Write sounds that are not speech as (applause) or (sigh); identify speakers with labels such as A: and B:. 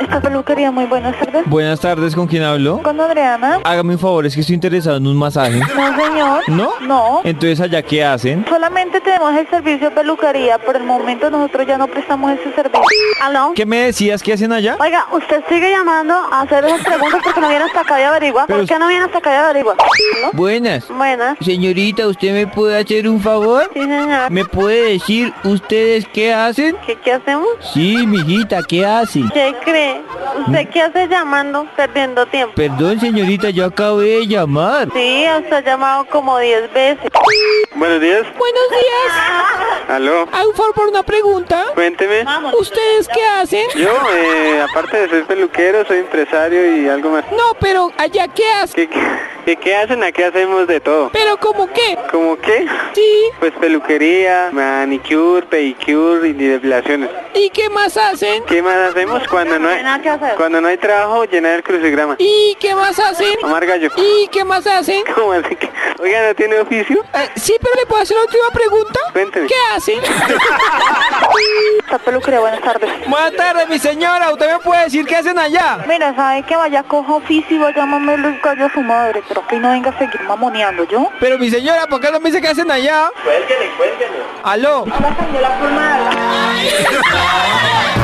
A: Esta peluquería, muy buenas tardes.
B: Buenas tardes, ¿con quién hablo?
A: Con Adriana.
B: Hágame un favor, es que estoy interesado en un masaje.
A: No, señor.
B: ¿No?
A: No.
B: Entonces, ¿allá qué hacen?
A: Solamente tenemos el servicio de peluquería. Por el momento nosotros ya no prestamos ese servicio. ¿Aló?
B: ¿Qué me decías que hacen allá?
A: Ah, Oiga, usted sigue llamando a hacer esas preguntas porque no viene hasta acá y averigua.
B: Pero
A: ¿Por qué no viene hasta acá y averigua? ¿No?
B: Buenas.
A: Buenas.
B: Señorita, ¿usted me puede hacer un favor?
A: Sí, señor.
B: ¿Me puede decir ustedes qué hacen?
A: ¿Qué, qué hacemos?
B: Sí, mijita, ¿qué hacen?
A: ¿Qué cree? ¿Usted qué hace llamando, perdiendo tiempo?
B: Perdón, señorita, yo acabé de llamar.
A: Sí, usted ha llamado como 10 veces.
C: Buenos días.
D: Buenos días.
C: Aló.
D: Hay un favor por una pregunta.
C: Cuénteme.
D: ¿Ustedes qué hacen?
C: Yo, eh, aparte de ser peluquero, soy empresario y algo más.
D: No, pero allá qué hacen.
C: ¿Qué, qué, qué hacen? ¿A qué hacemos de todo?
D: Pero como qué?
C: ¿Cómo qué?
D: Sí.
C: Pues peluquería, manicure, pedicure y depilaciones.
D: ¿Y qué más hacen?
C: ¿Qué más hacemos cuando no hay,
A: Pues hay nada que hacer.
C: cuando no hay trabajo? Llenar el crucigrama.
D: ¿Y qué más hacen?
C: Omar Gallo. (laughs)
D: ¿Y qué más hacen?
C: ¿Cómo así que? Oiga, ¿no tiene oficio?
D: Eh, sí, pero le puedo hacer la última pregunta.
C: Cuénteme.
D: ¿Qué hacen?
A: Esta peluquería, buenas tardes.
B: Buenas tardes, mi señora, ¿usted me puede decir qué hacen allá?
A: Mira, ¿sabes que vaya cojo oficio y vaya a mamarle el callo a su madre? Pero que no venga a seguir mamoneando, ¿yo?
B: Pero mi señora, ¿por qué no me dice qué hacen allá? Cuélguele, cuélguele. Aló.
A: Ahora cambió la forma de hablar.